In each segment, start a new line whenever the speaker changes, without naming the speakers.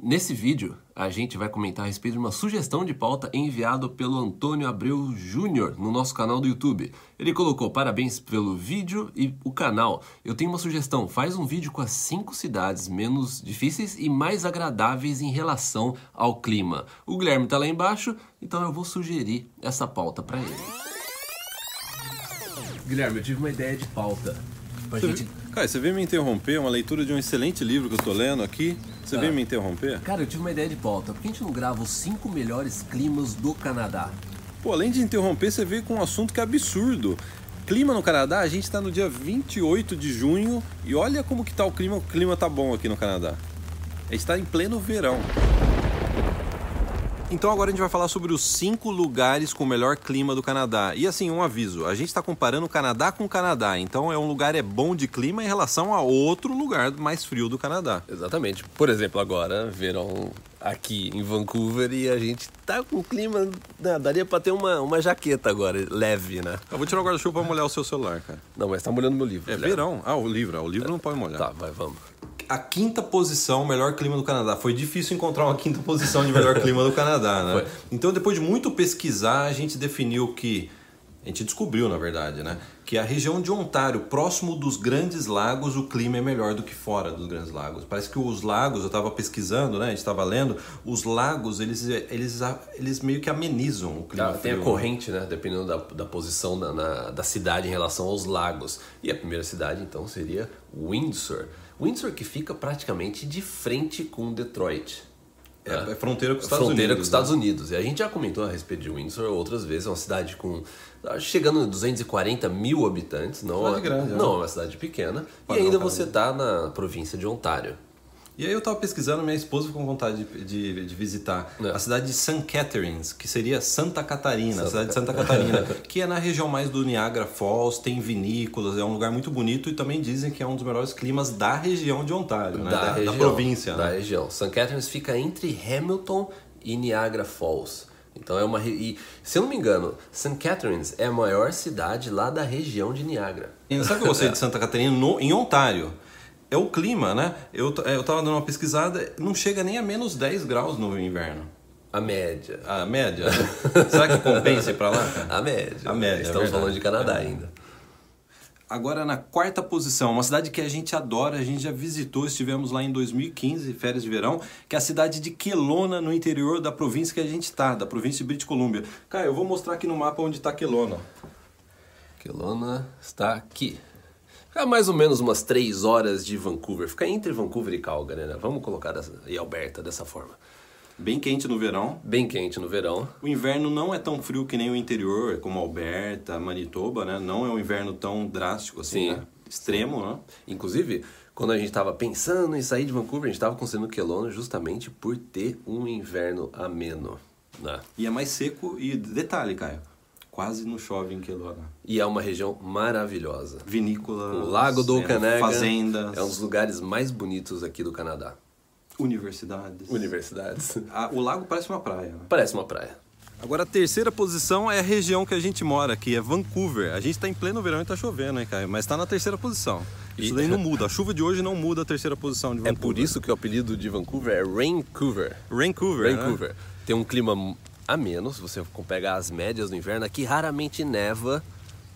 Nesse vídeo, a gente vai comentar a respeito de uma sugestão de pauta enviado pelo Antônio Abreu Júnior no nosso canal do YouTube. Ele colocou parabéns pelo vídeo e o canal. Eu tenho uma sugestão: faz um vídeo com as cinco cidades menos difíceis e mais agradáveis em relação ao clima. O Guilherme tá lá embaixo, então eu vou sugerir essa pauta para ele. Guilherme, eu tive uma ideia de pauta. Pra gente.
Cara, você veio me interromper, é uma leitura de um excelente livro que eu tô lendo aqui. Você veio me interromper?
Cara, eu tive uma ideia de pauta. Por que a gente não grava os cinco melhores climas do Canadá?
Pô, além de interromper, você veio com um assunto que é absurdo. Clima no Canadá, a gente tá no dia 28 de junho e olha como que tá o clima. O clima tá bom aqui no Canadá. A gente tá em pleno verão. Então agora a gente vai falar sobre os cinco lugares com o melhor clima do Canadá. E assim, um aviso, a gente está comparando o Canadá com o Canadá, então é um lugar é bom de clima em relação a outro lugar mais frio do Canadá.
Exatamente. Por exemplo, agora, verão aqui em Vancouver e a gente tá com o clima. né, daria pra ter uma, uma jaqueta agora, leve, né?
Eu vou tirar o guarda-chuva pra molhar o seu celular, cara.
Não, mas tá molhando meu livro.
É
Guilherme.
verão. Ah, o livro, ah, o livro não pode molhar.
Tá, vai, vamos.
A quinta posição, melhor clima do Canadá. Foi difícil encontrar uma quinta posição de melhor clima do Canadá, né?
Foi.
Então, depois de muito pesquisar, a gente definiu que. A gente descobriu, na verdade, né? Que a região de Ontário, próximo dos Grandes Lagos, o clima é melhor do que fora dos Grandes Lagos. Parece que os lagos, eu estava pesquisando, né? A gente estava lendo, os lagos, eles, eles, eles meio que amenizam o clima.
Ah, tem a
frio.
corrente, né? Dependendo da, da posição da, na- da cidade em relação aos lagos. E a primeira cidade, então, seria Windsor. Windsor que fica praticamente de frente com Detroit. né?
É, é fronteira com os Estados
fronteira com os
Unidos. né?
Estados Unidos. E a gente já comentou a respeito de Windsor outras vezes. É uma cidade com. chegando a 240 mil habitantes. Não,
Cidade
é-
grande, né?
não é uma cidade pequena.
Padrão
e ainda
canadense.
você está na província de Ontário.
E aí eu tava pesquisando, minha esposa ficou com vontade de, de- de visitar
É.
a cidade de St. Catharines, que seria Santa Catarina, a cidade de Santa Catarina, que é na região mais do Niagara Falls, tem vinícolas, é um lugar muito bonito e também dizem que é um dos melhores climas da região de Ontário, né?
região,
província.
Da
né?
região. St. Catharines fica entre Hamilton e Niagara Falls. Então é uma. re- E, se eu não me engano, St. Catharines é a maior cidade lá da região É. de Niagara.
E sabe o que eu gostei de Santa Catarina no- em Ontário? É o clima, né? Eu, t- eu tava dando uma pesquisada, não chega nem a menos 10 graus no inverno.
A média.
A média. Será que compensa ir pra lá? cara?
A média.
A média, é
Estamos
verdade.
falando de Canadá ainda.
Agora na quarta posição, uma cidade que a gente adora, a gente já visitou, estivemos lá em 2015, férias de verão, que é a cidade de Kelowna, no interior da província que a gente tá, da província de British Columbia. Cara, eu vou mostrar aqui no mapa onde tá Kelowna.
Kelowna está aqui. Fica mais ou menos umas três horas de Vancouver. Fica entre Vancouver e Calgary, né? Vamos colocar dessa, e Alberta dessa forma.
Bem quente no verão.
Bem quente no verão.
O inverno não é tão frio que nem o interior, é como Alberta, Manitoba, né? Não é um inverno tão drástico
Sim.
assim, né? Extremo, né?
Inclusive, quando a gente estava pensando em sair de Vancouver, a gente estava considerando Kelowna justamente por ter um inverno ameno. Né?
E é mais seco e detalhe, Caio, quase não chove em Kelowna.
E é uma região maravilhosa.
Vinícola,
O Lago do Oncanega
é, fazendas,
é um dos lugares mais bonitos aqui do Canadá.
universidades.
Universidades.
Ah, o lago parece uma praia. né?
Parece uma praia.
Agora a terceira posição é a região que a gente mora, que é Vancouver. A gente está em pleno verão e tá chovendo, hein, Caio? Mas está na terceira posição. Isso
E-
daí não muda. A chuva de hoje não muda a terceira posição de
É
Vancouver.
por isso que o apelido de Vancouver é Vancouver.
Vancouver. né?
Vancouver. Tem um clima a menos, se você pegar as médias do inverno, aqui raramente neva.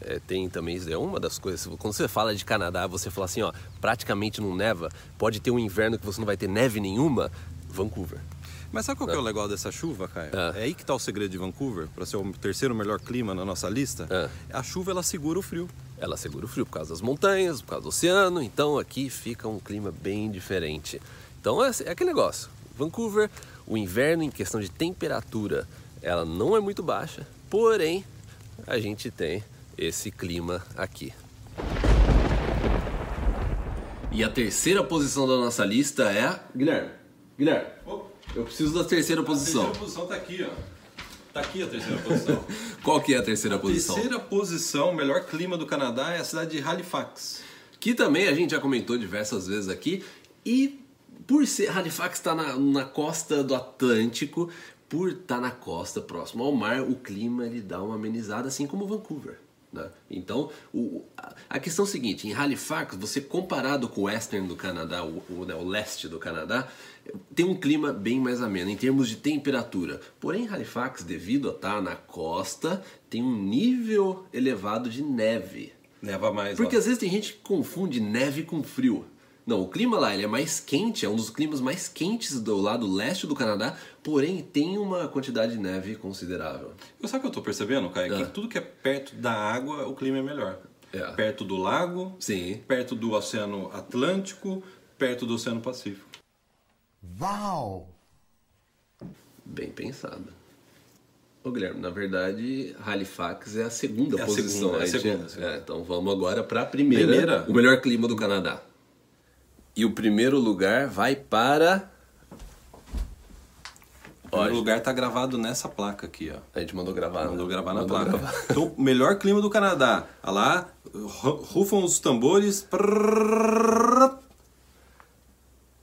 É, tem também, isso é uma das coisas, quando você fala de Canadá, você fala assim, ó, praticamente não neva, pode ter um inverno que você não vai ter neve nenhuma, Vancouver.
Mas sabe qual que é o legal dessa chuva, Caio?
Ah.
É aí que tá o segredo de Vancouver, para ser o terceiro melhor clima na nossa lista.
Ah.
A chuva ela segura o frio.
Ela segura o frio por causa das montanhas, por causa do oceano, então aqui fica um clima bem diferente. Então é, é aquele negócio. Vancouver, o inverno em questão de temperatura, ela não é muito baixa, porém a gente tem esse clima aqui. E a terceira posição da nossa lista é a- Guilherme. Guilherme, eu preciso da terceira posição.
posição tá aqui, ó. Tá aqui a terceira posição.
Qual que é a terceira posição?
terceira posição, melhor clima do Canadá é a cidade de Halifax.
que também a gente já comentou diversas vezes aqui. E por ser Halifax está na, na costa do Atlântico, tá por estar na costa próximo ao mar, o clima ele dá uma amenizada, assim como Vancouver. né? Então, o- a- a questão é a seguinte: em Halifax, você comparado com o Western do Canadá, o, o- né, o leste do Canadá, tem um clima bem mais ameno em termos de temperatura. Porém, Halifax, devido a estar na costa, tem um nível elevado de neve.
Neva mais.
Porque
lá.
às vezes tem gente que confunde neve com frio. Não, o clima lá ele é mais quente, é um dos climas mais quentes do lado leste do Canadá, porém tem uma quantidade de neve considerável.
Eu, sabe o que eu tô percebendo, Caio?
Ah.
Que tudo que é perto da água, o clima é melhor.
É.
Perto do lago,
Sim.
perto do Oceano Atlântico, perto do Oceano Pacífico.
Wow!
Bem pensado. Ô Guilherme, na verdade, Halifax é a segunda
É a
posição.
segunda, é a
aí, gente.
segunda, segunda.
É, então vamos agora para a primeira,
Primeira?
o melhor clima do Canadá. E o primeiro lugar vai para...
O primeiro lugar tá gravado nessa placa aqui, ó.
A gente mandou gravar, né?
Mandou gravar na
Mandou
placa.
gravar.
Então, melhor clima do Canadá. Olha lá, ru- rufam os tambores. Prrrrrrrr.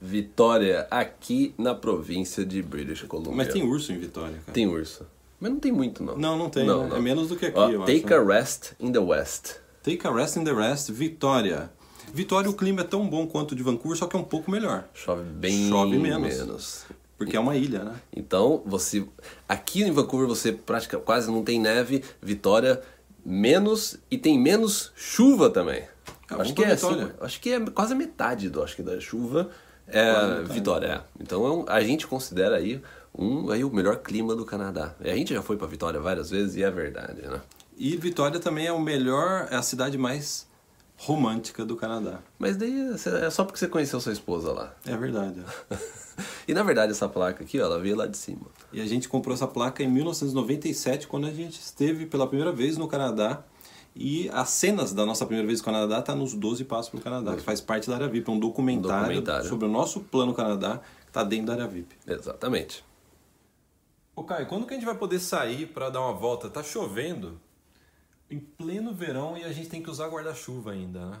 Vitória, aqui na província de British Columbia.
Mas tem urso em Vitória, cara.
Tem urso. Mas não tem muito, não.
Não, não tem, né? É menos do que aqui,
Ó,
eu
Take
acho,
a rest in the west.
Take a rest in the rest, Vitória. Vitória, o clima é tão bom quanto o de Vancouver, só que é um pouco melhor.
Chove bem
Chove menos.
menos.
Porque é uma ilha, né?
Então, você aqui em Vancouver você pratica quase não tem neve, Vitória menos e tem menos chuva também.
Ah, vamos
acho que
pra
é
Vitória.
assim, acho que é quase metade do acho que da chuva é Vitória. é. Então é um- a gente considera aí um aí o melhor clima do Canadá. E a gente já foi pra Vitória várias vezes e é verdade, né?
E Vitória também é o melhor, é a cidade mais romântica do Canadá.
Mas daí é só porque você conheceu sua esposa lá.
É verdade. ó.
e na verdade essa placa aqui, ó, ela veio lá de cima.
E a gente comprou essa placa em 1997, quando a gente esteve pela primeira vez no Canadá. E as cenas da nossa primeira vez no Canadá tá nos 12 Passos pro Canadá, que faz parte da área VIP. É um documentário,
Documentário.
sobre o nosso plano Canadá, que tá dentro da área VIP.
Exatamente.
Ô Caio, quando que a gente vai poder sair para dar uma volta? Tá chovendo em pleno verão e a gente tem que usar guarda-chuva ainda, né?